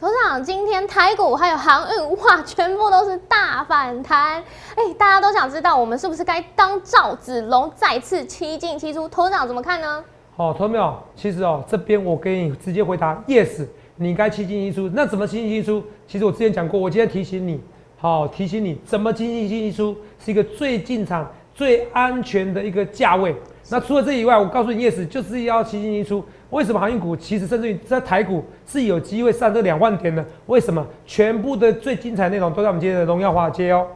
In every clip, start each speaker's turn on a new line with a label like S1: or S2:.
S1: 董事长，今天台股还有航运，哇，全部都是大反弹。哎、大家都想知道我们是不是该当赵子龙再次七进七出？董事长怎么看呢？
S2: 好、哦，投没有？其实哦，这边我给你直接回答，yes，你该七进一出。那怎么七进一出？其实我之前讲过，我今天提醒你，好、提醒你怎么七进一出是一个最进场、最安全的一个价位。那除了这以外，我告诉你，yes，就是要七进一出。为什么航运股其实甚至于在台股是有机会上这两万点的？为什么？全部的最精彩内容都在我们今天的荣耀华尔街哦。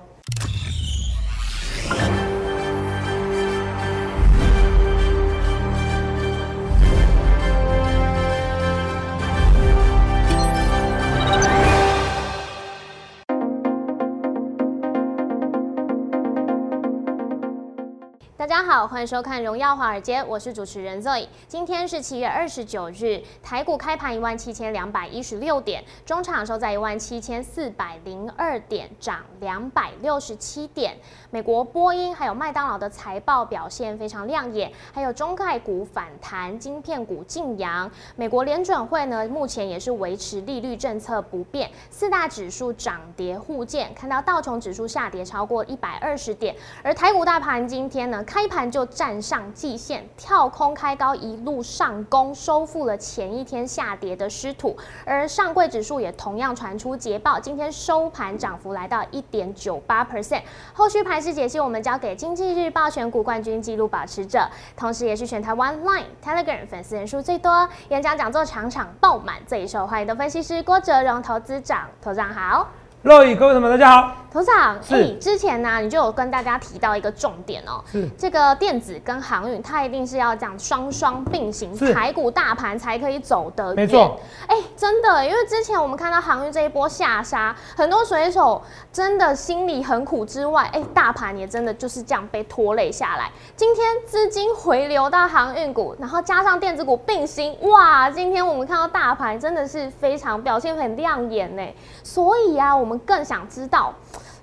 S1: 大家好，欢迎收看《荣耀华尔街》，我是主持人 Zoe。今天是七月二十九日，台股开盘一万七千两百一十六点，中场收在一万七千四百零二点，涨两百六十七点。美国波音还有麦当劳的财报表现非常亮眼，还有中概股反弹，晶片股晋扬。美国联准会呢，目前也是维持利率政策不变，四大指数涨跌互见，看到道琼指数下跌超过一百二十点，而台股大盘今天呢，开盘就站上季线，跳空开高，一路上攻，收复了前一天下跌的失土。而上柜指数也同样传出捷报，今天收盘涨幅来到一点九八 percent。后续盘势解析，我们交给《经济日报》选股冠军纪录保持者，同时也是全台湾 Line、Telegram 粉丝人数最多、演讲讲座场场爆满、最受欢迎的分析师郭哲荣投资长。投资长好。
S2: 肉宇，各位朋友们，大家好。
S1: 头长，哎、
S2: 是
S1: 之前呢、你就有跟大家提到一个重点哦、
S2: 是
S1: 这个电子跟航运，它一定是要这样双双并行，
S2: 是
S1: 台股大盘才可以走得远。
S2: 没错，
S1: 哎、真的，因为之前我们看到航运这一波下杀，很多水手真的心里很苦之外，哎、大盘也真的就是这样被拖累下来。今天资金回流到航运股，然后加上电子股并行，哇，今天我们看到大盘真的是非常表现很亮眼呢。所以啊，我们更想知道。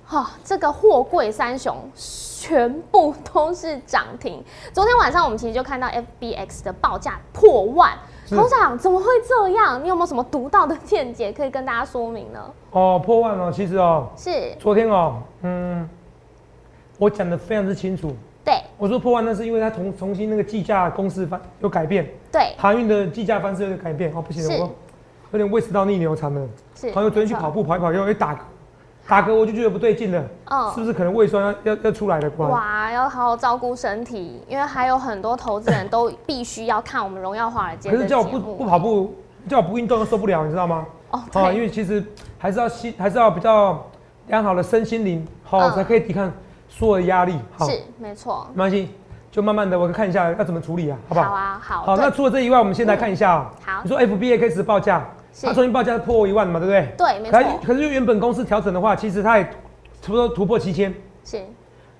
S1: 哈、这个货柜三雄全部都是涨停。昨天晚上我们其实就看到 FBX 的报价破万，
S2: 是
S1: 头长怎么会这样？你有没有什么独到的见解可以跟大家说明呢？
S2: 哦，破万哦，其实哦，
S1: 是，
S2: 昨天哦，嗯，我讲的非常之清楚。
S1: 对
S2: 我说破万，那是因为它重重新那个计价公式方有改变，
S1: 对
S2: 航运的计价方式有改变。哦，不行
S1: 是，
S2: 我有点胃食道逆流肠了。
S1: 是。
S2: 朋友昨天去哎跑步跑一跑，又一打嗝，打嗝我就觉得不对劲了，
S1: 嗯
S2: 是不是可能胃酸要要要出来了？果然，
S1: 哇，要好好照顾身体，因为还有很多投资人都必须要看我们《荣耀华尔街》
S2: 可
S1: 的
S2: 是
S1: 节
S2: 叫我
S1: 目。
S2: 不不跑步，叫我不运动又受不了，你知道吗？
S1: 哦，
S2: 哦，因
S1: 对，
S2: 为其实还是要心，还是要比较良好的身心灵，好、
S1: 嗯
S2: 才可以抵抗所有的压力。哦好，
S1: 是没错。
S2: 没关系，就慢慢的我看一下要怎么处理啊，好不好？
S1: 啊，好。
S2: 好，
S1: 对
S2: 那
S1: 嗯
S2: 除了这以外，我们先来看一下啊、
S1: 好
S2: 你说 FBX 报价，
S1: 是
S2: 它重新报价破一万嘛，对不对？
S1: 对，没
S2: 可
S1: 错，
S2: 可是因为原本公司调整的话，其实它也突破突破七千，
S1: 是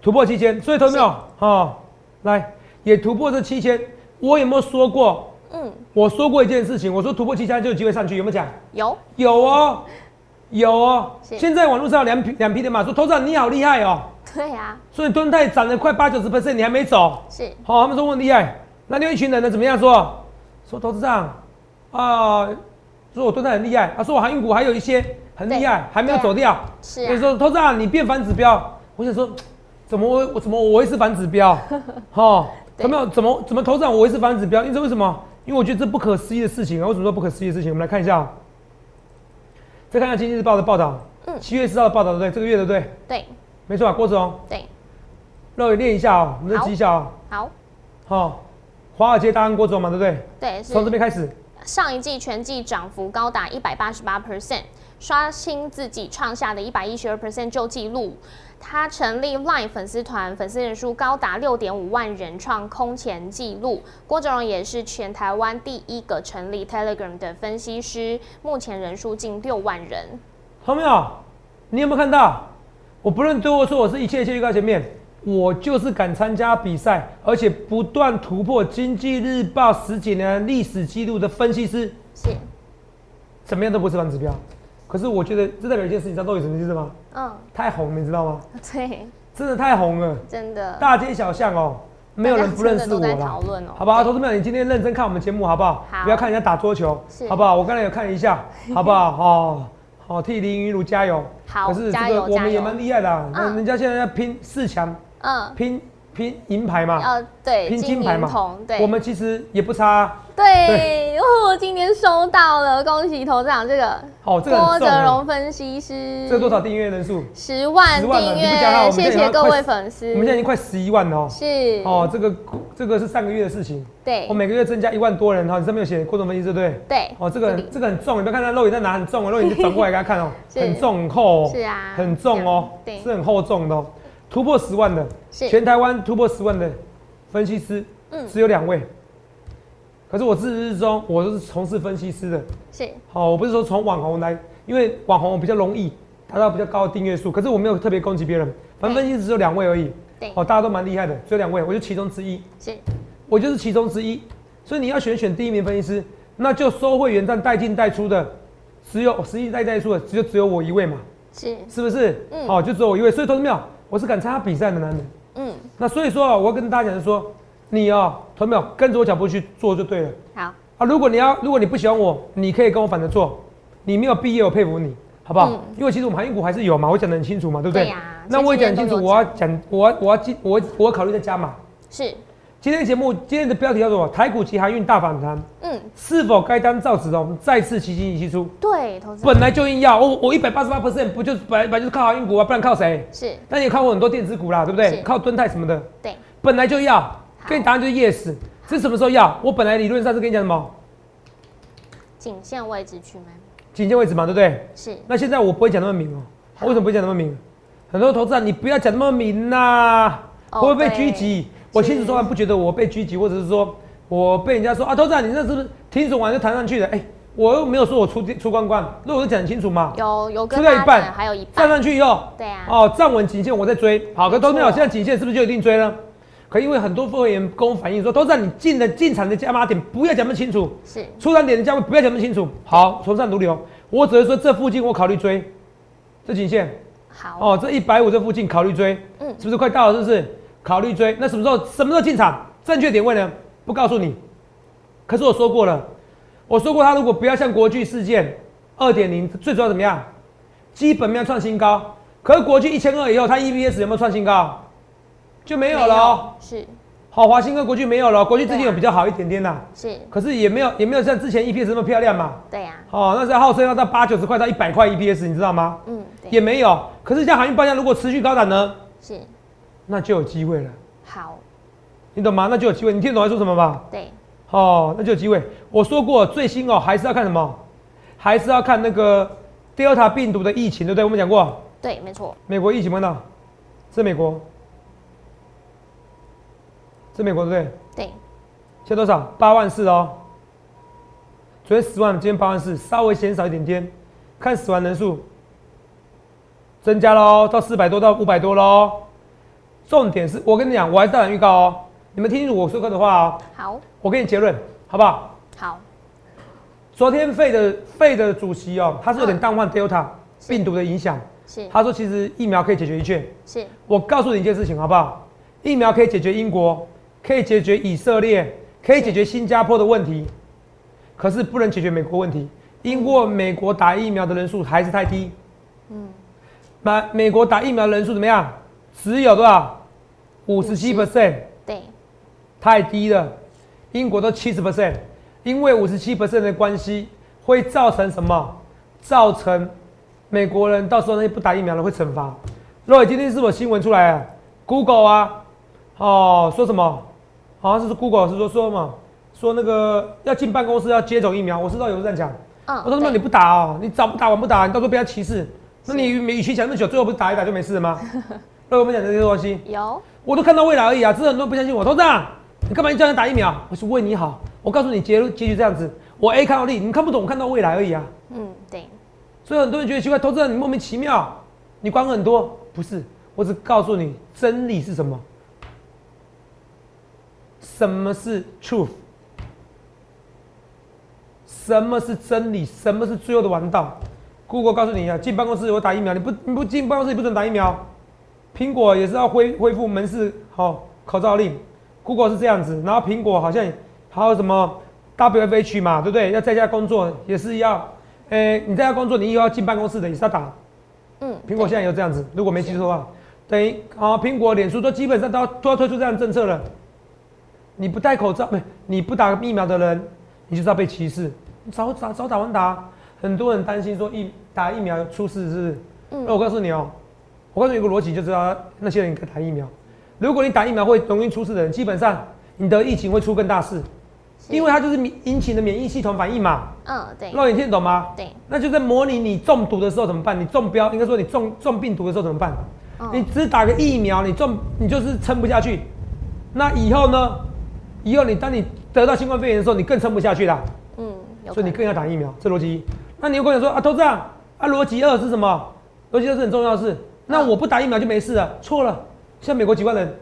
S2: 突破七千，所以投没有？哦，来也突破这七千，我有没有说过？
S1: 嗯，
S2: 我说过一件事情，我说突破七千就有机会上去，有没有讲？
S1: 有
S2: 有哦，有哦。
S1: 是
S2: 现在网络上有两匹两匹的马说，头长你好厉害哦，
S1: 对啊，
S2: 所以敦泰涨了快八九十 percent，你还没走。
S1: 是
S2: 好、他们说我很厉害。那另外一群人呢，怎么样说？说投资上啊、说我蹲得很厉害，啊，说我航运股还有一些很厉害，还没有走掉。
S1: 是
S2: 所以
S1: 啊，
S2: 说投资上你变反指标，我想说，怎么我我怎么我会是反指 标？哈、
S1: 对
S2: 有没有怎么怎么投资上我会是反指标？你知道为什么？因为我觉得这不可思议的事情啊！为什么说不可思议的事情？我们来看一下、哦，再看一下《经济日报》的报道，
S1: 嗯
S2: 七月四号的报道，对不对？这个月对不对？
S1: 对
S2: 没错啊，郭总，
S1: 对，
S2: 让我念一下哦，我们再记一下哦。
S1: 好，
S2: 好、华尔街大安郭总嘛，对不对？
S1: 对是
S2: 从这边开始，
S1: 上一季全季涨幅高达一百八十八 percent，刷新自己创下的一百一十二 percent 旧纪录。他成立 LINE 粉丝团，粉丝人数高达六点五万人，创空前纪录。郭哲荣也是全台湾第一个成立 Telegram 的分析师，目前人数近六万人。
S2: 看到没有？你有没有看到？我不论对我说我是一切一切预告前面，我就是敢参加比赛，而且不断突破《经济日报》十几年历史记录的分析师，
S1: 是，
S2: 怎么样都不是反指标。可是我觉得这代表一件事情，你知道都有什么意思吗？
S1: 嗯，
S2: 太红了，你知道吗？
S1: 对，
S2: 真的太红了，
S1: 真的，
S2: 大街小巷哦，没有人不认识我
S1: 大家真的都在
S2: 啦
S1: 讨论哦。
S2: 好不好？投资朋友，你今天认真看我们节目好不好？
S1: 好
S2: 不要看人家打桌球
S1: 是，
S2: 好不好？我刚才有看 一下，好不好？哦，好，替林云儒加油。
S1: 好
S2: 可是
S1: 加
S2: 这
S1: 油
S2: 个我
S1: 加油
S2: 们也蛮厉害的啊，那
S1: 嗯
S2: 人家现在要拼四强，
S1: 嗯，
S2: 拼拼银牌嘛，
S1: 要对
S2: 拼金牌
S1: 银
S2: 嘛
S1: 铜，对，
S2: 我们其实也不差啊。
S1: 对，哦，今天收到了，恭喜头长这个
S2: 哦，这个
S1: 郭
S2: 很重
S1: 哲
S2: 啊。
S1: 荣分析师，
S2: 这个多少？订阅人数？
S1: 十万
S2: 10万了
S1: 订
S2: 你不加他
S1: 阅，
S2: 我们
S1: 谢
S2: 现在
S1: 谢
S2: 要
S1: 各
S2: 快
S1: 位
S2: 十
S1: 粉丝。
S2: 我们现在已经快十一万了哦。
S1: 是
S2: 哦，，这个这个是上个月的事情。
S1: 对
S2: 我，哦每个月增加一万多人哦哈，你上面有写过程分析，对不对？
S1: 对，
S2: 哦，这个
S1: 里
S2: 很这个很重，你不要看它肉眼在哪很重哦，肉眼就转过来给他看哦
S1: ，是
S2: 很重很厚哦，
S1: 是啊
S2: 很重哦，
S1: 这样对
S2: 是很厚重的哦，突破十万的，
S1: 是
S2: 全台湾突破十万的分析师，
S1: 嗯
S2: 只有两位。可是我自始至终我都是从事分析师的，
S1: 是
S2: 好、我不是说从网红来，因为网红比较容易达到比较高的订阅数，可是我没有特别攻击别人，反正分析师只有两位而已，
S1: 对
S2: 哦，大家都蛮厉害的，只有两位，我就其中之一。
S1: 是，
S2: 我就是其中之一。所以你要选选第一名分析师，那就收会员站带进带出的，只有实际带带出的，只有只有我一位嘛，
S1: 是，
S2: 是不是？哦
S1: 嗯
S2: 好、就只有我一位。所以投资票，我是敢参加比赛的男人。
S1: 嗯，
S2: 那所以说啊，我要跟大家讲的是说，你哦，投资票跟着我脚步去做就对了
S1: 好，
S2: 啊。如果你要，如果你不喜欢我，你可以跟我反着做。你没有毕业，我佩服你，好不好？
S1: 嗯
S2: 因为其实我们航运股还是有嘛，我讲得很清楚嘛，对不对？
S1: 对啊呀
S2: 那我也讲清
S1: 前几天
S2: 楚，
S1: 都有
S2: 我要讲，我要我要进，我要我要考虑再加码。
S1: 是，
S2: 今天的节目，今天的标题叫做“台股及航运大反弹，
S1: 嗯，
S2: 是否该当造纸龙再次奇迹一出
S1: 对，投”？资
S2: 本来就硬要，哦我我一百八十八 percent 不就是本来本来就是靠航运股啊，不然靠谁？
S1: 是，
S2: 但你也看过很多电子股啦，对不对
S1: 是？
S2: 靠敦泰什么的，
S1: 对，
S2: 本来就要。跟你答案就是 yes，这什么时候要？我本来理论上是跟你讲什么
S1: 颈线位置去吗？
S2: 颈线位置嘛，对不对？
S1: 是，
S2: 那现在我不会讲那么明哦、我为什么不会讲那么明？很多投资人你不要讲那么明呐、
S1: 哦
S2: 会不会被
S1: 对
S2: 狙击？我亲自说完不觉得我被狙击，或者是说我被人家说啊，投资人你那是不是听损完就弹上去的？哎、我又没有说我出出关关，那我就讲得清楚嘛，
S1: 有有跟
S2: 出到一
S1: 大
S2: 半
S1: 半，还有一
S2: 站
S1: 半，
S2: 上去以后，
S1: 对啊
S2: 哦，站稳颈线我再追。好，可
S1: 没错
S2: 投资人现在颈线是不是就一定追呢？可因为很多会员跟我反映说，投资人你进的进场的加码点不要讲那么清楚，
S1: 是，
S2: 出场点的价位不要讲那么清楚。好，从善如流，我只是说这附近我考虑追，这颈线
S1: 好，
S2: 哦，这一百五这附近考虑追，
S1: 嗯
S2: 是不是快到了？是不是考虑追？那什么时候什么时候进场？正确点位呢？不告诉你。可是我说过了，我说过他如果不要像国巨事件二点零，最主要怎么样？基本面要创新高。可是国巨一千二以后，它 EPS 有没有创新高？就没有了哦。
S1: 没有，是
S2: 好，华兴跟国巨没有了，国巨最近
S1: 对啊
S2: 有比较好一点点啦、
S1: 是，
S2: 可是也没有也没有像之前 EPS 那么漂亮嘛。
S1: 对啊呀，
S2: 哦，那时候号称要到八九十块到一百块 E EPS，你知道吗？
S1: 嗯，对，
S2: 也没有。可是像航运报价如果持续高档呢，
S1: 是，
S2: 那就有机会了，
S1: 好，
S2: 你懂吗？那就有机会。你听得懂我在说什么吗？
S1: 对，
S2: 哦，那就有机会。我说过，最新哦，还是要看什么？还是要看那个 Delta 病毒的疫情，对不对？我们讲过，
S1: 对，没错，
S2: 美国疫情有没有看到？是美国，是美国对不对？
S1: 对，
S2: 现在多少？八万四哦。昨天十万，今天八万四，稍微减少一点点。看死亡人数增加喽，到四百多到五百多喽。重点是我跟你讲，我还是大胆预告哦，你们听清楚我说过的话哦。
S1: 好，
S2: 我给你结论，好不好？
S1: 好，
S2: 昨天费的费的主席哦，他是有点淡化 Delta
S1: 是
S2: 病毒的影响，
S1: 是，
S2: 他说其实疫苗可以解决一切。
S1: 是，
S2: 我告诉你一件事情，好不好？疫苗可以解决英国，可以解决以色列，可以解决新加坡的问题，可是不能解决美国问题，因为美国打疫苗的人数还是太低。
S1: 嗯，
S2: 那美国打疫苗的人数怎么样？只有多少？五十七 percent，
S1: 对，
S2: 太低了。英国都七十 percent，因为五十七 percent 的关系，会造成什么？造成美国人到时候那些不打疫苗的会惩罚。若伟，今天是我新闻出来啊，Google 啊，哦，说什么？好像是 Google 是说说嘛，说那个要进办公室要接种疫苗，我知道有人在讲。
S1: 嗯，
S2: 我说那
S1: 对
S2: 你不打哦，你早不打晚不打，你到时候被他歧视。那
S1: 是
S2: 你与其讲那么久，最后不是打一打就没事了吗？那我们讲这些东西，
S1: 有，
S2: 我都看到未来而已啊！真的很多人不相信我，董事长，你干嘛一叫人打疫苗？我是为你好，我告诉你结结局这样子，我 A 看到利，你看不懂，我看到未来而已啊！
S1: 嗯，对，
S2: 所以很多人觉得奇怪，投资人你莫名其妙，你管很多，不是？我只告诉你真理是什么，什么是 truth，什么是真理，什么是最后的王道。Google 告诉你啊，进办公室我打疫苗，你不你不进办公室你不准打疫苗。苹果也是要恢恢复门市好、口罩令， Google 是这样子，然后苹果好像也还有什么 WFH 嘛，对不对？要在家工作也是要，诶、你在家工作，你又要进办公室的，也是要打。
S1: 嗯，
S2: 苹果现在也有这样子，如果没记错的话，等于啊，苹果、脸书都基本上都要都要推出这样的政策了。你不戴口罩，不，你不打疫苗的人，你就是要被歧视。你早早早打完打，很多人担心说疫打疫苗出事是不是？
S1: 嗯
S2: 那我告诉你哦、我告诉你一个逻辑，就知道那些人可以打疫苗。如果你打疫苗会容易出事的人，基本上你的疫情会出更大事，
S1: 是
S2: 因为它就是免引起的免疫系统反应嘛。
S1: 嗯，对，
S2: 那你听得懂吗？
S1: 对，
S2: 那就在模拟你中毒的时候怎么办？你中标，应该说你中中病毒的时候怎么办？
S1: 嗯
S2: 你只打个疫苗，你中你就是撑不下去。那以后呢？以后你当你得到新冠肺炎的时候，你更撑不下去啦，
S1: 嗯，有
S2: 所以你
S1: 可
S2: 更要打疫苗，这逻辑一。那你又跟我说啊，都这样啊，逻辑二是什么？逻辑二是很重要的事。那
S1: 嗯
S2: 我不打疫苗就没事了，错了。像美国几万人，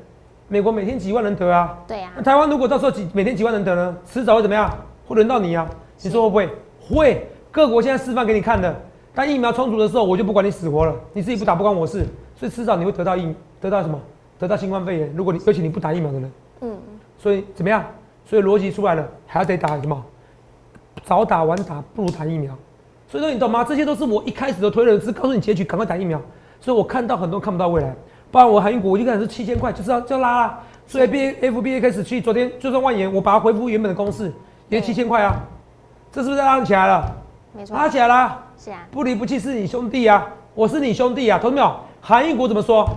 S2: 美国每天几万人得啊，
S1: 能对啊
S2: 那，台湾如果到时候几每天几万人得呢，迟早会怎么样？会轮到你啊！你说会不会？会。各国现在示范给你看的。当疫苗充足的时候，我就不管你死活了，你自己不打不关我事。所以迟早你会得到疫，得到什么？得到新冠肺炎。如果你尤其你不打疫苗的人，
S1: 嗯，
S2: 所以怎么样？所以逻辑出来了，还要得打什么？早打晚打不如打疫苗。所以说你懂吗？这些都是我一开始的推论，只是告诉你结局，赶快打疫苗。所以我看到很多看不到未来，不然我航运股我就看是七千块，就是要就拉啦。所以 B F B A 开始去，昨天就算万元，我把它恢复原本的公式，也
S1: 对
S2: 七千块啊，这是不是拉起来了？
S1: 没错，
S2: 拉起来啦！
S1: 是啊，
S2: 不离不弃是你兄弟啊，我是你兄弟啊，同志们，韩运股怎么说？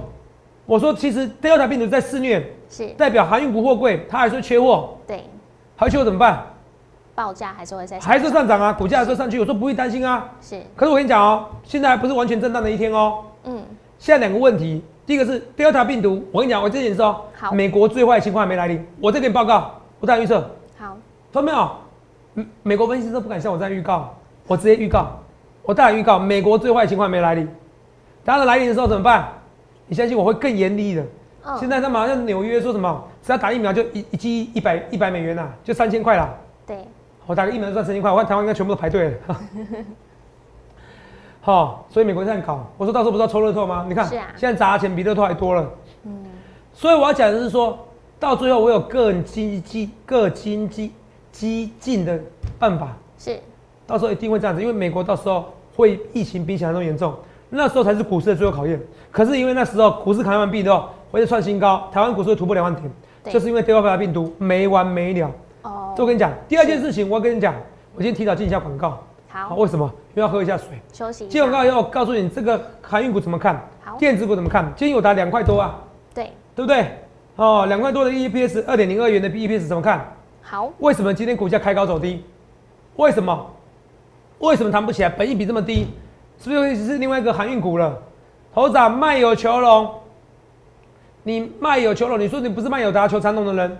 S2: 我说其实 Delta 病毒在肆虐，
S1: 是，
S2: 代表航运股货柜，它还说缺货，
S1: 对，
S2: 还缺货怎么办？
S1: 报价还是会在，
S2: 还是上涨啊，股价还是上去。我说不会担心啊。
S1: 是，
S2: 可是我跟你讲哦，现在还不是完全震荡的一天哦。
S1: 嗯，
S2: 现在两个问题，第一个是 Delta 病毒，我跟你讲，我这点是哦
S1: 好，
S2: 美国最坏的情况还没来临，我再给你报告，不大预测，
S1: 好，
S2: 看到没有？嗯美国分析师都不敢像我这样预告，我直接预告，我大胆预告，美国最坏的情况还没来临。当然来临的时候怎么办？你相信我会更严厉的。
S1: 嗯，
S2: 现在他们好像纽约说什么，只要打疫苗就一一剂一百一百美元啦、就三千块啦。
S1: 对，
S2: 我打个疫苗赚三千块，我看台湾应该全部都排队了。 好、所以美国这样搞，我说到时候不是要抽乐透吗？你看，
S1: 是啊
S2: 现在砸的钱比乐透还多了。
S1: 嗯，
S2: 所以我要讲的是说，到最后我有更激激、更经济激进的办法，
S1: 是，
S2: 到时候一定会这样子，因为美国到时候会疫情比想象中严重，那时候才是股市的最后考验。可是因为那时候股市考验完毕之后，会创新高，台湾股市会突破两万点，
S1: 对
S2: 就是因为 Delta 病毒没完没了。
S1: 哦
S2: 这我，跟你讲，第二件事情，我要跟你讲，我先提早进一下广告。
S1: 好，
S2: 为什么？因为要喝一下水。
S1: 休息一
S2: 进广
S1: 下，
S2: 告以后，我告诉你这个航运股怎么看
S1: 好，
S2: 电子股怎么看。今天有打两块多啊，
S1: 对，
S2: 对不对？哦，两块多的 EPS，二点零二元的 EPS 怎么看？
S1: 好，
S2: 为什么今天股价开高走低？为什么？为什么谈不起来？本益比这么低，是不是是另外一个航运股了？头长卖有求龙，你卖有求龙，你说你不是卖友达求长龙的人，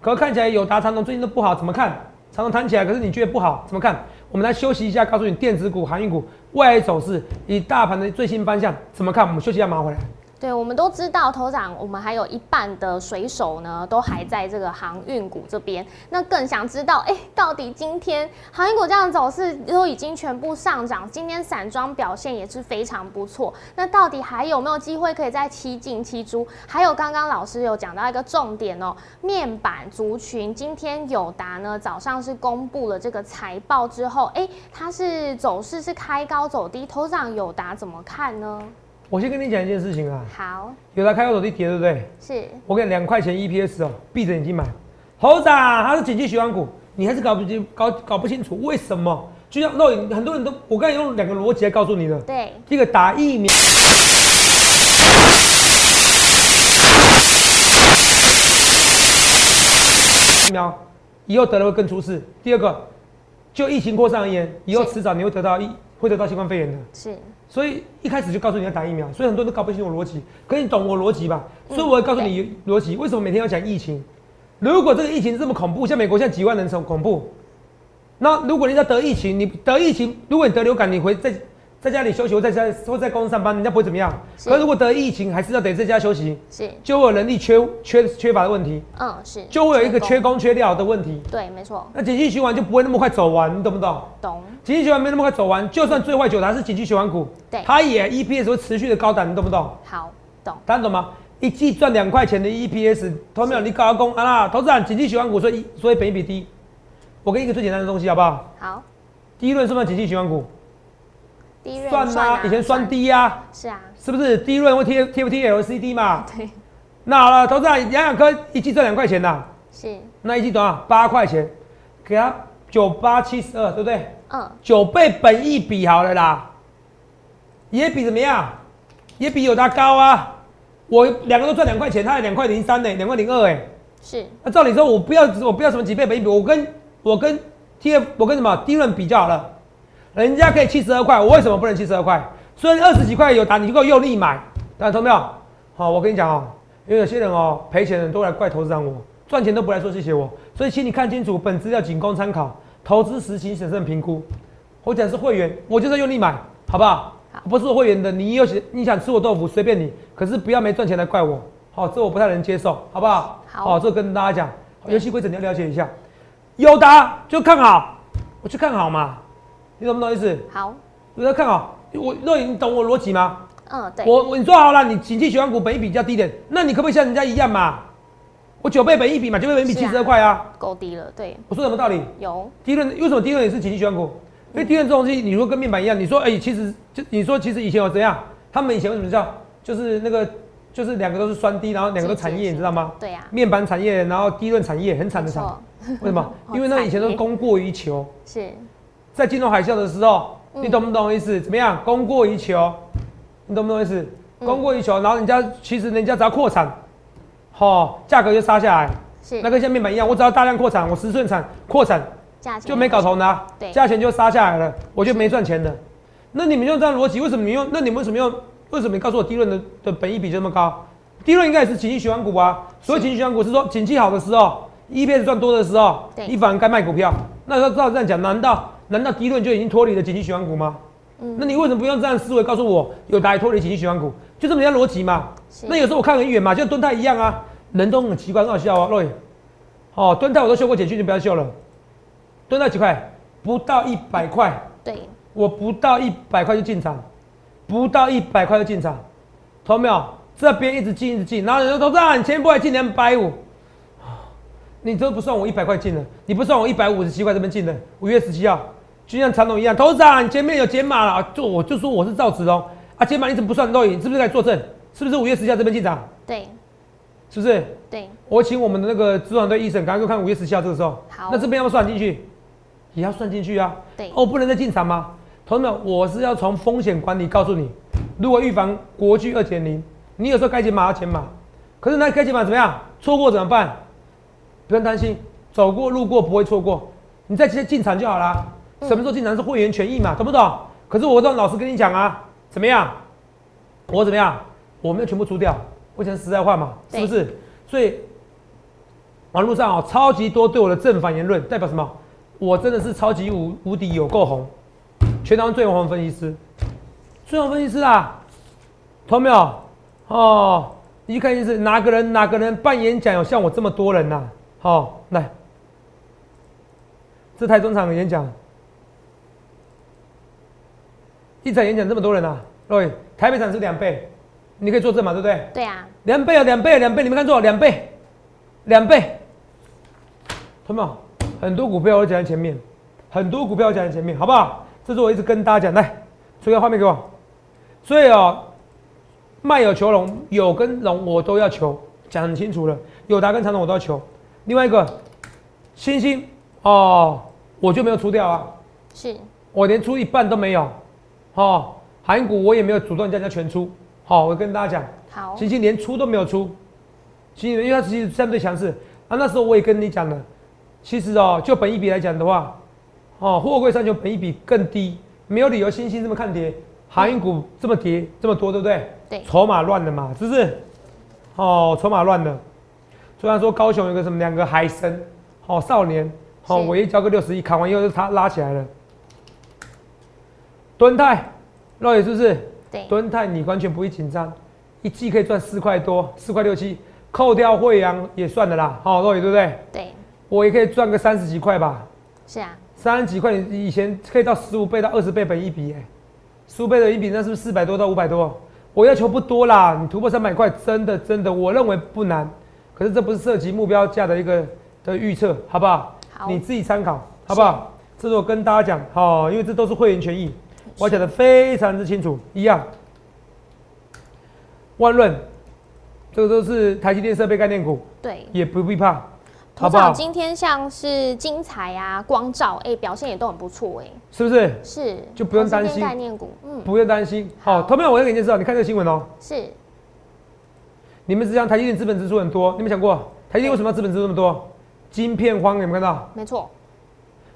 S2: 可看起来友达长龙最近都不好，怎么看？长龙谈起来，可是你觉得不好，怎么看？我们来休息一下，告诉你电子股、航运股未来走势以大盘的最新方向怎么看？我们休息一下，马上回来。
S1: 对，我们都知道，头长，我们还有一半的水手呢，都还在这个航运股这边。那更想知道，哎、到底今天航运股这样的走势都已经全部上涨，今天散装表现也是非常不错。那到底还有没有机会可以再七进七出？还有刚刚老师有讲到一个重点哦、面板族群，今天友达呢早上是公布了这个财报之后，哎、它是走势是开高走低，头长友达怎么看呢？
S2: 我先跟你讲一件事情啊，
S1: 好，
S2: 友达开高走低跌，对不对？
S1: 是。
S2: 我给两块钱 EPS 哦，闭着眼睛买。猴子啊，它是景气循环股，你还是搞不清搞搞不清楚为什么？就像肉眼，很多人都我刚才用两个逻辑来告诉你的，
S1: 对，
S2: 一个打疫苗，疫苗以后得了会更出事。第二个，就疫情扩散而言，以后
S1: 是
S2: 迟早你会得到一会得到新冠肺炎的。
S1: 是，
S2: 所以一开始就告诉你要打疫苗，所以很多人都搞不清楚我逻辑。可是你懂我逻辑吧？
S1: 嗯
S2: 所以我会告诉你逻辑，为什么每天要讲疫情？如果这个疫情这么恐怖，像美国现在几万人很恐怖，那如果人家得疫情，你得疫情，如果你得流感，你回在在家里休息，或在家或在公司上班，人家不会怎么样。
S1: 是
S2: 可是如果得疫情，还是要得在家休息，
S1: 是，
S2: 就会有人力缺缺缺乏的问题，
S1: 嗯，是，
S2: 就会有一个缺
S1: 工，
S2: 工缺料的问题。
S1: 对，没错，
S2: 那景气循环就不会那么快走完，你懂不懂？
S1: 懂，
S2: 景气循环没那么快走完，就算最坏九达是景气循环股，E
S1: 对
S2: 它也 EPS 会持续的高档，你懂不懂？
S1: 好，懂，
S2: 大家懂吗？一季赚两块钱的 E EPS，投没有？你搞工啊啦，投资人景气循环股，所以所以本益比低。我给你一个最简单的东西好不好？
S1: 好，
S2: 第一轮算不算景气循环股？
S1: 第一
S2: 算
S1: 润
S2: 啊，以前算低呀、啊，
S1: 是啊，
S2: 是不是？第一轮会贴贴不贴 LCD 嘛？
S1: 对，
S2: 那好了，投资人杨养科一季赚两块钱呐、
S1: 是，
S2: 那一季多少？八块钱，给他九八七十二，对不对？
S1: 嗯，
S2: 九倍本益比好了啦，也比怎么样？也比友达高啊！我两个都赚两块钱，他也两块零三呢，两块零二哎。
S1: 是，
S2: 那照理说，我不要我不要什么几倍本益比，我跟我跟 T F 我跟什么低润比就好了，人家可以七十二块，我为什么不能七十二块？虽然二十几块有打，你就给我用力买，大家懂没有？好、我跟你讲哦，因为有些人哦赔钱的人都来怪投资让我，赚钱都不来说谢谢我，所以请你看清楚，本资料仅供参考，投资实情审慎评估。我讲是会员，我就是要用力买，好不好？
S1: 好
S2: 不是我会员的，你有想你想吃我豆腐随便你，可是不要没赚钱来怪我，好、这我不太能接受，好不好？
S1: 好
S2: 哦这跟大家讲，
S1: 对
S2: 游戏规则你要了解一下。有答就看好，我去看好嘛，你懂不懂意思？
S1: 好，
S2: 我要看好，我若你懂我逻辑吗？
S1: 嗯，对，
S2: 我我你做好了，你景气循环股本一比较低点，那你可不可以像人家一样嘛？我九倍本一比嘛，九倍本一比
S1: 是
S2: 七
S1: 啊
S2: 十二块啊，
S1: 够低了，对，
S2: 我说什么道理？
S1: 有，
S2: 第一轮为什么第一轮也是景气循环股？因为第一轮这种东西，你如果跟面板一样，你说哎、其实就你说其实以前有怎样？他们以前为什么叫就是那个就是两个都是双低，然后两个都产
S1: 是是
S2: 业，
S1: 是
S2: 你知道吗？
S1: 对啊，
S2: 面板产业，然后第一轮产业很惨
S1: 没
S2: 的惨，
S1: 错，
S2: 为什么
S1: ？好
S2: 因为那
S1: 惨欸
S2: 以前都是
S1: 耶
S2: 供过于求，
S1: 是，
S2: 在金融海啸的时候，
S1: 嗯
S2: 你懂不懂意思？怎么样？供过于求，你懂不懂意思？
S1: 嗯
S2: 供过于求，然后人家其实人家只要扩产，好、价格就杀下来。
S1: 是，
S2: 那跟像面板一样，我只要大量扩产，我十寸产扩产
S1: 价钱
S2: 就没搞头呢、啊
S1: 对，
S2: 价钱就杀下来了，我就没赚钱了。那你们用这样的逻辑，为什么你用？那你们为什么用？为什么你告诉我低润的的本益比就那么高？低润应该也是景气循环股啊。所以景气循环股是说景气好的时候，EPS 赚多的时候
S1: 对，
S2: 你反而该卖股票。那要照这样讲，难道难道低润就已经脱离了景气循环股吗？
S1: 嗯
S2: 那你为什么不用这样思维告诉我有打脱离景气循环股？就这么人家逻辑嘛。
S1: 是
S2: 那有时候我看很远嘛，就蹲泰一样啊，人都很奇怪，很好笑啊，各位。哦，蹲泰我都修过简讯，就不要修了。蹲泰几块？不到一百块，
S1: 对，
S2: 我不到一百块就进场，不到一百块就进场，投没有？这边一直进，一直进，然后人家说：“啊，你前不还进两百五，你都不算我一百块进的，你不算我一百五十七块这边进的。五月十七号，就像长董一样，头长，你前面有解码了，就我就说我是造纸哦，啊，解码你怎么不算漏影？你是不是来作证？是不是五月十七号这边进场？
S1: 对，
S2: 是不是？
S1: 对，
S2: 我请我们的那个主管队医生，刚刚看五月十七号这个时候
S1: 好，
S2: 那这边要不要算进去？也要算进去啊。
S1: 对
S2: 哦，不能再进场吗？同志们，我是要从风险管理告诉你，如何预防国巨二点零，你有时候该减码要减码，可是那该减码怎么样？错过怎么办？不用担心，走过路过不会错过，你再直接进场就好啦。
S1: 嗯
S2: 什么时候进场是会员权益嘛，懂不懂？可是我让老师跟你讲啊，怎么样？我怎么样？我没有全部出掉，我讲实在话嘛，是
S1: 对
S2: 不是？所以网络上哦，超级多对我的正反言论，代表什么？我真的是超级无无敌有够红，全台湾最红的分析师，最红分析师啊，懂没有？哦，你去看一次，哪个人哪个人办演讲有像我这么多人呐、好、来，这台中场的演讲，一场演讲这么多人啊，各位，台北场是两倍，你可以作证嘛，对不对？
S1: 对啊，
S2: 两倍啊，两倍，两倍，你没看错，两倍，两倍。同没有？很多股票我都讲在前面，很多股票我讲在前面，好不好？这是我一直跟大家讲，来，出个画面给我。所以哦，卖有求龙，有跟龙我都要求，讲很清楚了。友达跟长龙我都要求。另外一个，星星哦，我就没有出掉啊，
S1: 是，
S2: 我连出一半都没有。哦，韩股我也没有主动叫人家全出。好、我跟大家讲。
S1: 好，
S2: 星星连出都没有出，星星因为它其实相对强势啊。那时候我也跟你讲了，其实哦，就本一比来讲的话，哦，货柜三雄本一比更低，没有理由星星这么看跌，航运股这么跌这么多，对不对？
S1: 对，
S2: 筹码乱了嘛，是不是？哦，筹码乱了。虽然说高雄有个什么两个海神，哦，少年，哦，
S1: 是
S2: 我一交个六十一，砍完以后就他拉起来了。敦泰，肉眼是不是？
S1: 对，
S2: 敦泰你完全不会紧张，一季可以赚四块多，四块六七，扣掉惠阳也算的啦，好、哦，肉眼对不对？
S1: 对，
S2: 我也可以赚个三十几块吧，
S1: 是啊，
S2: 三十几块，你以前可以到十五倍到二十倍本一比、欸，哎，十五倍的一比那是不是四百多到五百多？我要求不多啦，你突破三百块，真的真的，我认为不难。可是这不是涉及目标价的一个的预测，好不好？
S1: 好
S2: 你自己参考，好不好？这是我跟大家讲，好、因为这都是会员权益，我讲的非常之清楚，一样。万润，这个都是台积电设备概念股，
S1: 对，
S2: 也不必怕，
S1: 头
S2: 好不好
S1: 场？今天像是精彩啊、光照，哎、表现也都很不错，哎，
S2: 是不是？
S1: 是，
S2: 就不用
S1: 同时
S2: 担
S1: 间
S2: 心
S1: 概念股，嗯，
S2: 不用担心。好，
S1: 好
S2: 同样我要给你介绍，你看这个新闻哦。
S1: 是
S2: 你们只想台积电资本支出很多，你们想过啊台积电为什么要资本支出那么多？晶片荒有没有看到？
S1: 没错，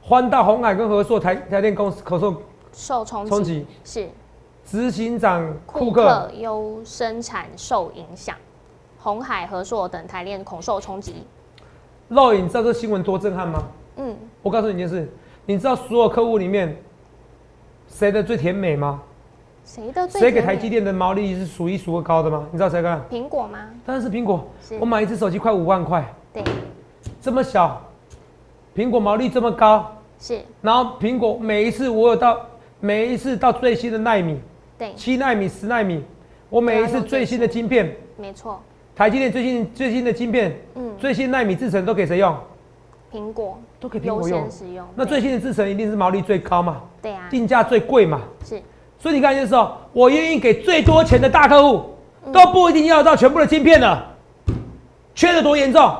S2: 欢大、红海跟和硕台台电公司口受
S1: 受冲
S2: 冲
S1: 击
S2: 击，
S1: 是
S2: 执行长库
S1: 库
S2: 克
S1: 克优生产受影响，红海、和硕等台链恐受冲击，
S2: 肉眼，你知道这新闻多震撼吗？
S1: 嗯，
S2: 我告诉你一件事，你知道所有客户里面谁的最甜美吗？
S1: 谁的最
S2: 谁给
S1: 甜
S2: 台
S1: 美
S2: 积电的毛利是数一数二高的吗？你知道谁干？
S1: 苹果吗？
S2: 当然是苹果
S1: 是。
S2: 我买一只手机快五万块，
S1: 对，
S2: 这么小，苹果毛利这么高，
S1: 是，
S2: 然后苹果每一次我有到每一次到最新的纳米，
S1: 对，
S2: 七纳米、十纳米，我每一次最新的晶片，
S1: 没错，
S2: 台积电最新最新的晶片，
S1: 嗯，
S2: 最新纳米制程都给谁用？
S1: 苹果
S2: 都给苹
S1: 优
S2: 果用
S1: 先。使用，
S2: 那
S1: 对
S2: 最新的制程一定是毛利最高嘛，
S1: 对啊，
S2: 定价最贵嘛。
S1: 是
S2: 所以你看就是说，我愿意给最多钱的大客户，都不一定要到全部的晶片了，缺的多严重。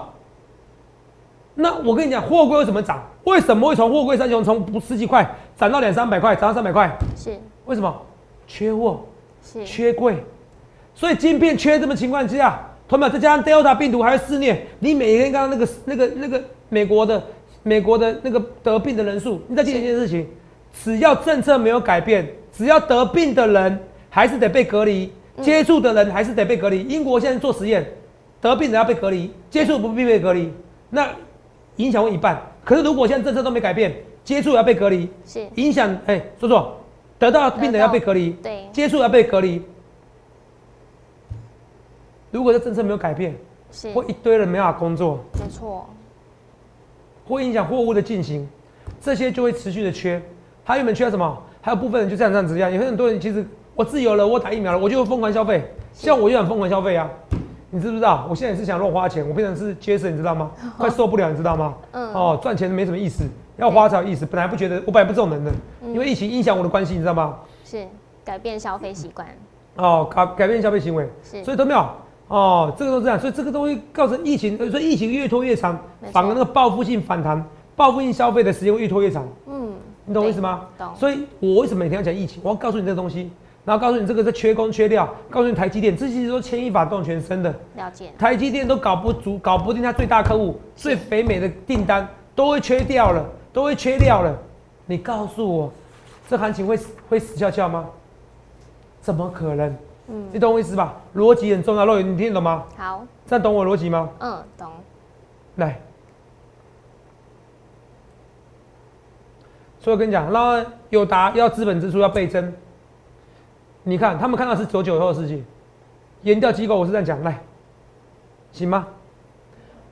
S2: 那我跟你讲，货柜为什么涨？为什么会从货柜三雄从不十几块涨到两三百块，涨到三百块？
S1: 是
S2: 为什么？缺货。
S1: 是
S2: 缺柜，所以晶片缺这么情况之下，同秒再加上 Delta 病毒还有肆虐，你每天刚刚那个那个那个美国的美国的那个得病的人数，你再记得一件事情，只要政策没有改变，只要得病的人还是得被隔离，接触的人还是得被隔离。英国现在做实验，得病的要被隔离，接触不必被隔离，那影响会一半。可是如果现在政策都没改变，接触要被隔离，
S1: 是，
S2: 影响哎，说说得到病人要被隔离，
S1: 对，
S2: 接触要被隔离。如果这政策没有改变，
S1: 是
S2: 会一堆人没办法工作，
S1: 没错，
S2: 会影响货物的进行，这些就会持续的缺。还有没有缺什么？还有部分人就这样这样子一样，有很多人其实我自由了，我打疫苗了，我就疯狂消费，
S1: 是
S2: 像我就很疯狂消费啊。你知不知道？我现在也是想乱花钱，我变成是 Jason，你知道 吗？快受不了，你知道吗？
S1: 嗯
S2: 哦，赚钱没什么意思，要花才有意思。本来不觉得，我本来不这种人的，
S1: 嗯
S2: 因为疫情影响我的关系，你知道吗？
S1: 是改变消费习惯，
S2: 哦，改改变消费行为，
S1: 是
S2: 所以都没有哦，这个都是这样，所以这个东西造成疫情，呃所以疫情越拖越长
S1: 没，错
S2: 反而那个报复性反弹、报复性消费的时间会越拖越长，
S1: 嗯，
S2: 你懂我意
S1: 对
S2: 思吗？
S1: 懂
S2: 所以我为什么每天要讲疫情？我要告诉你这个东西，然后告诉你这个是缺工缺料，告诉你台积电，这些都牵一发动全身的，
S1: 了解，
S2: 台积电都搞不足，搞不定它最大客户、最肥美的订单都会缺掉了，都会缺掉了。你告诉我，这行情会死会死翘翘吗？怎么可能？
S1: 嗯
S2: 你懂我意思吧？逻辑很重要，肉眼你听得懂吗？
S1: 好，
S2: 这样懂我逻辑吗？
S1: 嗯，懂，
S2: 来，所以我跟你讲，那友达要资本支出要倍增，你看他们看到是九九后的事情，研调机构我是这样讲，来，行吗？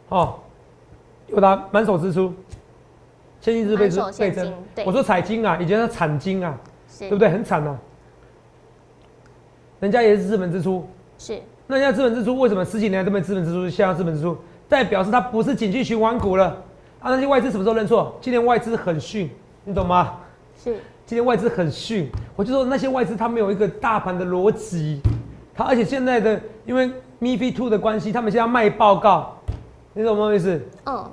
S2: 哦，友达满手支出，现金支出倍
S1: 满手
S2: 增
S1: 现
S2: 倍增
S1: 金对，
S2: 我说采金啊，以前是产金啊，
S1: 是，
S2: 对不对？很惨啊，人家也是资本支出，
S1: 是，
S2: 那人家资本支出为什么十几年来都没资本支出下降资本支出？代表是它不是景气循环股了啊！那些外资什么时候认错？今年外资很逊，你懂吗？
S1: 是，
S2: 今天外资很逊，我就说那些外资它没有一个大盘的逻辑，它而且现在的因为 MiFi Two 的关系，他们现在要卖报告，你懂吗意思？
S1: 嗯，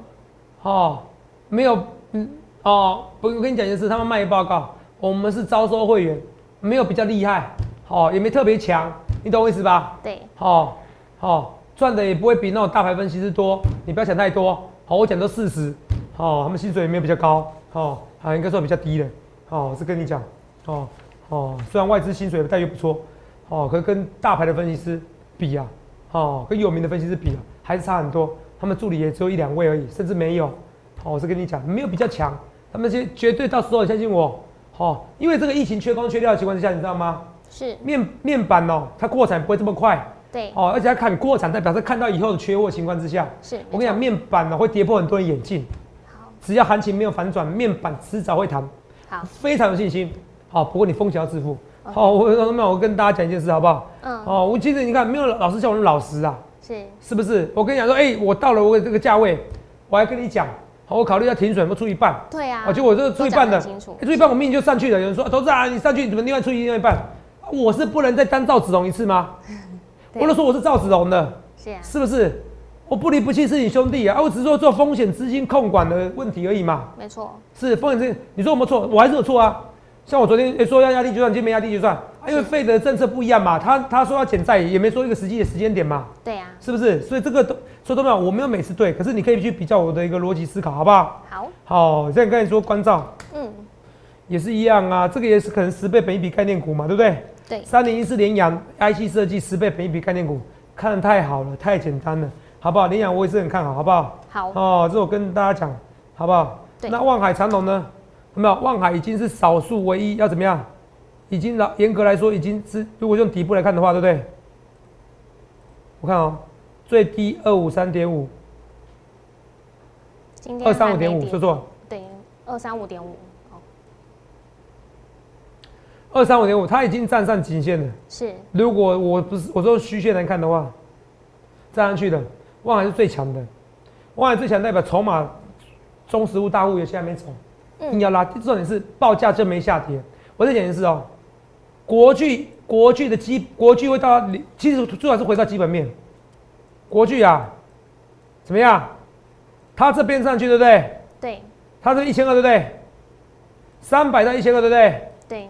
S2: 哦，没有，嗯，哦，不，我跟你讲一件事，他们卖报告，我们是招收会员，没有比较厉害，哦，也没特别强，你懂我意思吧？
S1: 对，
S2: 好、好、赚的也不会比那种大牌分析师多，你不要想太多。好、我讲都事实。好、他们薪水也没有比较高，哦，啊，应该说比较低的。哦，是跟你讲，哦哦，虽然外资薪水待遇不错，哦，可是跟大牌的分析师比啊，哦，跟有名的分析师比啊，还是差很多。他们助理也只有一两位而已，甚至没有。哦，我是跟你讲，没有比较强，他们绝绝对到时候你相信我。哦，因为这个疫情缺工缺料的情况之下，你知道吗？
S1: 是，
S2: 面面板哦，它扩产不会这么快。
S1: 对，
S2: 哦，而且它看过产，代表是看到以后的缺货情况之下，
S1: 是，
S2: 我跟
S1: 没
S2: 你讲，
S1: 错，
S2: 面板呢、会跌破很多人眼镜。
S1: 好，
S2: 只要行情没有反转，面板迟早会弹，哦
S1: 好，
S2: 非常有信心。好、不过你风险要自负。好，我那我跟大家讲一件事好不好？
S1: 哦嗯，
S2: 哦，我其实你看，没有老师像我那么老实啊，
S1: 是，
S2: 是不是？我跟你讲说，哎、我到了我这个价位，我还跟你讲，好我考虑要停损，有没有出一半？
S1: 对啊。
S2: 啊，结果这个出一半的，
S1: 都讲得很清楚
S2: 欸出一半我明明就上去了。有人说，啊投资啊，你上去你怎么另外出另外一半？啊我是不能再当赵子龙一次吗？
S1: 对
S2: 我都说我是赵子龙的，
S1: 是啊，
S2: 是不是？我不离不弃是你兄弟啊，啊我只是说做风险资金控管的问题而已嘛。
S1: 没错，
S2: 是风险资金，你说我们错，我还是有错啊。像我昨天、欸、说要压低就算，今天没压低就算，啊因为费的政策不一样嘛，他他说要减债，也没说一个实际的时间点嘛，
S1: 对啊。
S2: 是不是？所以这个都说都没有，我没有每次对，可是你可以去比较我的一个逻辑思考，好不好？
S1: 好，
S2: 好，像你刚才说关照，
S1: 嗯，
S2: 也是一样啊，这个也是可能十倍本一比概念股嘛，对不对？
S1: 对，
S2: 三零一四联阳 IC 设计十倍本一比概念股，看得太好了，太简单了，好不好？联阳我也是很看好，好不好？
S1: 好，
S2: 哦，这我跟大家讲，好不好？
S1: 对
S2: 那望海长龙呢？有没有？望海已经是少数唯一要怎么样？已经老严格来说已经是，如果用底部来看的话，对不对？我看哦，最低二五三点五，
S1: 今天
S2: 二三五
S1: 还没
S2: 点五，
S1: 跌
S2: 说错了。
S1: 对，二三五点五，哦，
S2: 二三五点五，它已经站上颈线了。
S1: 是，
S2: 如果我不是我说虚线来看的话，站上去的望海是最强的，望海最强代表筹码中实物大户有些还没走，
S1: 嗯，
S2: 硬要拉。重点是报价就没下跌。我再讲一次哦，国巨国巨的基国巨会到，其实最好是回到基本面。国巨啊，怎么样？它这边上去对不对？
S1: 对，
S2: 它这一千二对不对？三百到一千二对不对？
S1: 对，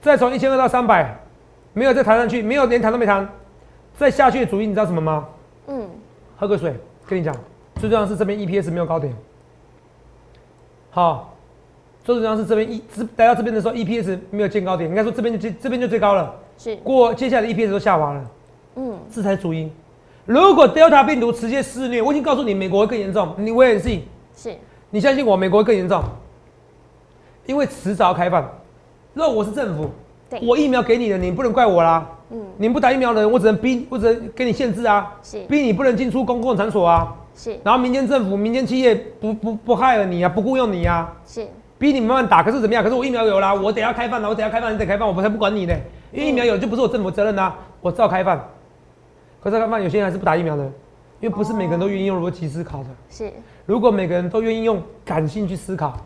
S2: 再从一千二到三百，没有再弹上去，没有连弹都没弹，再下去的主因你知道什么吗？
S1: 嗯，
S2: 喝个水，跟你讲，最重要的是这边 EPS 没有高点。好，最重要是这边一这来到这边的时候 EPS 没有见高点，应该说这边就最这边就最高了，
S1: 是，
S2: 过接下来的 EPS 都下滑了，
S1: 嗯，
S2: 这才是主因。如果 Delta 病毒直接肆虐，我已经告诉你，美国会更严重，你我也信，
S1: 是，
S2: 你相信我，美国会更严重，因为迟早要开放。那我是政府，
S1: 对，
S2: 我疫苗给你的，你不能怪我啦。
S1: 嗯，
S2: 你不打疫苗的人，我只能逼，我只能给你限制啊，
S1: 是，
S2: 逼你不能进出公共场所啊。
S1: 是，
S2: 然后民间政府、民间企业不不不害了你啊，不雇佣你啊，
S1: 是，
S2: 逼你慢慢打。可是怎么样？可是我疫苗有啦，我得要开放啦，我得要开放，你得开放，我才不管你呢。因为疫苗有就不是我政府责任啦、啊我照开放。可是照开放有些人还是不打疫苗的，因为不是每个人都愿意用逻辑思考的。
S1: 是，
S2: 如果每个人都愿意用感性去思考，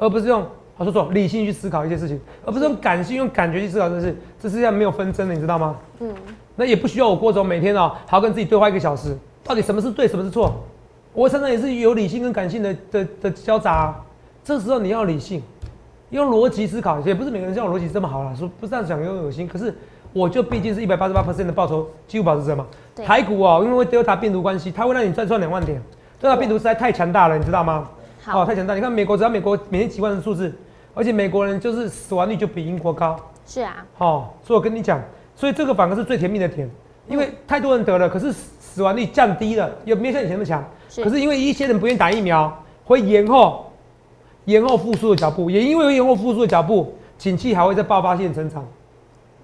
S2: 而不是用好说错理性去思考一些事情，而不是用感性用感觉去思考这事，这世界上没有纷争的，你知道吗？
S1: 嗯，
S2: 那也不需要我郭总每天哦，还要跟自己对话一个小时，到底什么是对，什么是错？我常常也是有理性跟感性的的的交杂、啊，这时候你要理性，用逻辑思考，也不是每个人像我逻辑这么好啦，说不是这样讲有点恶心，可是我就毕竟是一百八十八 percent 的报酬几乎保持者嘛。
S1: 对
S2: 台股哦，因为 Delta 病毒关系，它会让你再赚两万点。Delta 病毒实在太强大了，你知道吗？哦，
S1: 好，
S2: 太强大！你看美国，只要美国每天几万的数字，而且美国人就是死亡率就比英国高。
S1: 是啊，
S2: 好、所以我跟你讲，所以这个反而是最甜蜜的甜，
S1: 嗯
S2: 因为太多人得了，可是死死亡率降低了，也没有像以前那么强。
S1: 是
S2: 可是因为一些人不愿意打疫苗，会延后延后复苏的脚步，也因为有延后复苏的脚步，景气还会在爆发性成长。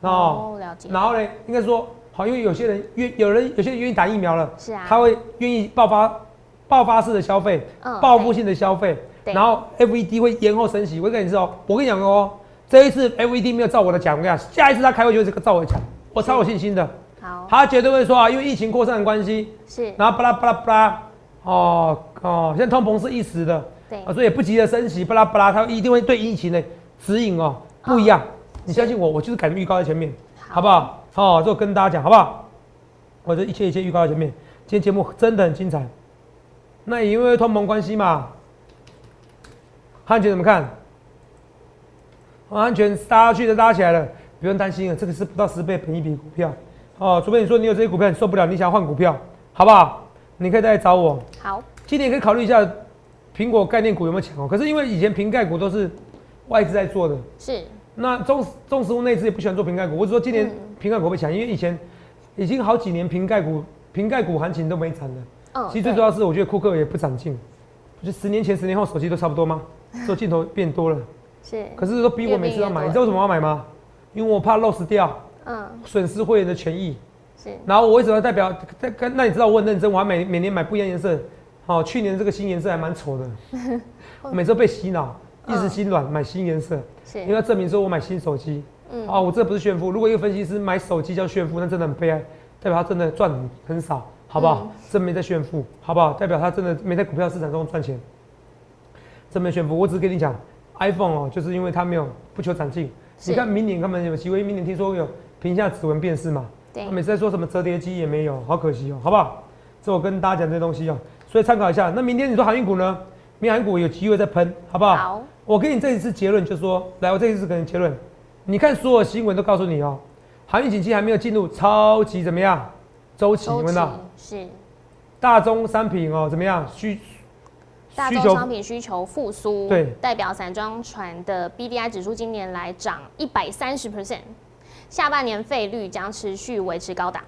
S2: 哦，
S1: 哦，了解，
S2: 然后呢，应该说好，因为有些人愿有人有些人愿意打疫苗了，
S1: 是啊
S2: 他会愿意爆发爆发式的消费，
S1: 嗯
S2: 报复性的消费，
S1: 对
S2: 然后 FED 会延后升息。我跟你说，我跟你讲哦，这一次 FED 没有照我的讲，我跟你讲，下一次他开会就会照我的讲，我超有信心的。
S1: 好，
S2: 他绝对会说啊，因为疫情扩散的关系，
S1: 是，
S2: 然后巴拉巴拉巴拉，哦哦，现在通膨是一时的，
S1: 对
S2: 啊，，所以也不急着升息，巴拉巴拉，他一定会对疫情的指引哦不一样。你相信我，我就是敢预告在前面，
S1: 好
S2: 好不好？好、哦，就跟大家讲，好不好？我这一切一切预告在前面。今天节目真的很精彩，那也因为通膨关系嘛，汉全怎么看？哦安全搭去的搭起来了，不用担心啊了，这个是不到十倍便宜比股票哦，除非你说你有这些股票你受不了，你想换股票，好不好？你可以再来找我。
S1: 好，
S2: 今年可以考虑一下苹果概念股有没有抢哦。可是因为以前瓶盖股都是外资在做的，
S1: 是，
S2: 那中中石物内资也不喜欢做瓶盖股。我只说今年
S1: 嗯
S2: 瓶盖股会不会抢，因为以前已经好几年瓶盖股瓶盖股行情都没涨了。
S1: 嗯，
S2: 其实最
S1: 对
S2: 主要是我觉得库克也不长进，就十年前、十年后手机都差不多吗？做镜头变多了，
S1: 是，
S2: 可是都逼我每次要买，
S1: 越变越多
S2: 你知道为什么要买吗？因为我怕 loss 掉，
S1: 嗯，
S2: 损失会员的权益。
S1: 是，
S2: 然后我为什么要代表？那你知道我很认真，我还每每年买不一样颜色。好、去年这个新颜色还蛮 丑的，我每次都被洗脑，一直心软，买新颜色，因为
S1: 是，
S2: 要证明说我买新手机。
S1: 嗯
S2: 啊，我这不是炫富。如果一个分析师买手机叫炫富，那真的很悲哀，代表他真的赚很很少，好不
S1: 嗯
S2: 好？真没在炫富，好不好？代表他真的没在股票市场中赚钱，真没炫富。我只是跟你讲，iPhone 哦，就是因为它没有不求长进。
S1: 是
S2: 你看明年他们有机会，明年听说有屏下指纹辨识嘛？
S1: 对
S2: 他每次在说什么折叠机也没有，好可惜哦，好不好？这我跟大家讲这些东西哦，所以参考一下。那明天你说航运股呢？明天航运股有机会再喷，好不好？
S1: 好
S2: 我给你这一次结论，就说，来，我这一次给你结论，你看所有新闻都告诉你哦，航运景气还没有进入超级怎么样周期？你
S1: 周
S2: 们到
S1: 期是
S2: 大宗商品哦怎么样需
S1: 大
S2: 需
S1: 宗
S2: 求
S1: 商品需求复苏，
S2: 对
S1: 代表散装船的 BDI 指数今年来涨一百三十 percent，下半年费率将持续维持高档，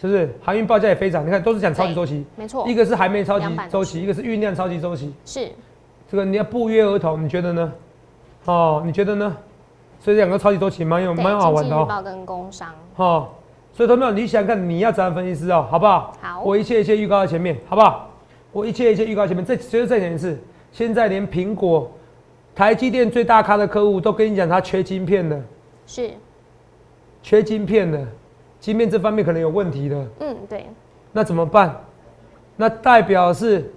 S2: 是不是？航运报价也飞涨，你看都是讲超级
S1: 对
S2: 周期，
S1: 没错
S2: 一，个是还没超级
S1: 200
S2: 周期，一个是酝酿超级周期。
S1: 是
S2: 这个你要不约而同，你觉得呢？哦，你觉得呢？所以两个超级周期蛮有
S1: 对
S2: 蛮好玩的
S1: 经济日
S2: 哦。
S1: 报跟工商
S2: 哦，所以同学们，你想想看你要怎样分析师哦，好不好？
S1: 好
S2: 我一切一切预告在前面，好不好？我一切一切预告在前面，再就是再讲一次，现在连苹果、台积电最大咖的客户都跟你讲他缺晶片了，
S1: 是，
S2: 缺晶片了，晶片这方面可能有问题的。
S1: 嗯，对，
S2: 那怎么办？那代表是，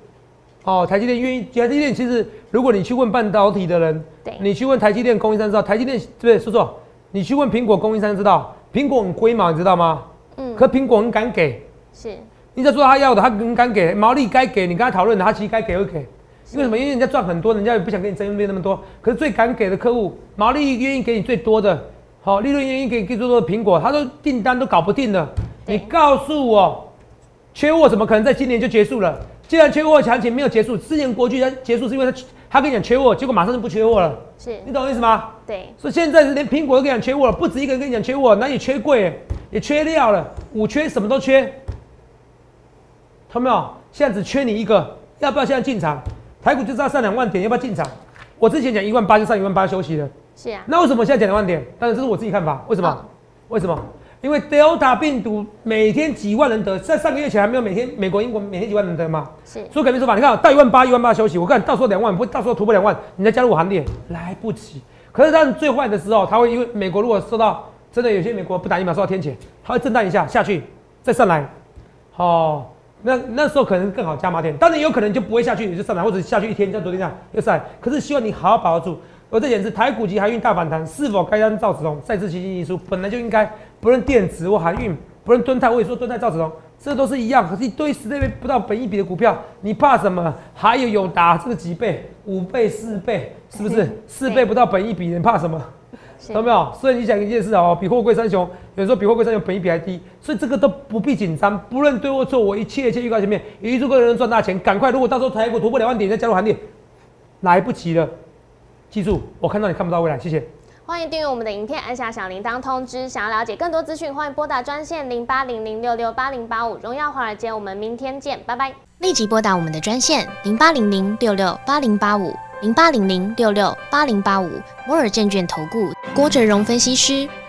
S2: 哦，台积电愿意。台积电其实，如果你去问半导体的人
S1: 对，
S2: 你去问台积电供应商知道，台积电对不对？叔叔，你去问苹果供应商知道，苹果很龟毛，你知道吗？
S1: 嗯，
S2: 可苹果很敢给，
S1: 是
S2: 你只要说他要的，他很敢给，毛利该给，你跟他讨论的，他其实该给会给。因
S1: 啊
S2: 为什么？因为人家赚很多，人家也不想跟你争辩那么多。可是最敢给的客户，毛利愿意给你最多的，好、利润愿意给你最多的苹果，他都订单都搞不定了。
S1: 对
S2: 你告诉我，缺货怎么可能在今年就结束了？既然缺货行情没有结束，之前国巨它结束是因为它它跟你讲缺货，结果马上就不缺货了，
S1: 是
S2: 你，懂我意思吗？
S1: 对，
S2: 所以现在连苹果都跟你讲缺货了，不止一个人跟你讲缺货，那也缺柜，也缺料了，五缺什么都缺，看到没有？现在只缺你一个，要不要现在进场？台股就知道上两万点，要不要进场？我之前讲一万八就上一万八休息了，
S1: 是啊，
S2: 那为什么现在讲两万点？当然这是我自己看法，为什么？
S1: 嗯
S2: 为什么？因为 Delta 病毒每天几万人得，在上个月前还没有每天美国、英国每天几万人得嘛，
S1: 是
S2: 所以改变说法，你看到一万八、一万八休息，我看到时候两万，不到时候突破两万，你再加入我行列，来不及。可是但最坏的时候，它会因为美国如果受到真的有些美国不打疫苗受到天谴，它会震荡一下下去，再上来，哦，那那时候可能更好加码点，当然也有可能就不会下去，也就上来，或者下去一天，像昨天这样又上来。可是希望你好好把握住。而这点是台股及航运大反弹，是否该让赵子龙再次吸金一出？本来就应该，不论电子或航运，不论敦泰，我也说敦泰、赵子龙，这都是一样。可是一堆十倍不到本一比的股票，你怕什么？还有友达这个几倍、五倍、四倍，是不是？四倍不到本一比，你怕什么？
S1: 是
S2: 懂没有？所以你想一件事哦，比货贵三雄，有时候比货贵三雄本益比还低，所以这个都不必紧张，不论对或错，我一切一切预告前面，也预祝各位能赚大钱，赶快！如果到时候台股突破两万点，再加入行列，来不及了。记住，我看到你看不到未来，谢谢。
S1: 欢迎订阅我们的影片，按下小铃铛通知。想要了解更多资讯，欢迎拨打专线零八零零六六八零八五。荣耀华尔街，我们明天见，拜拜。
S3: 立即拨打我们的专线零八零零六六八零八五零八零零六六八零八五摩尔证券投顾郭哲荣分析师。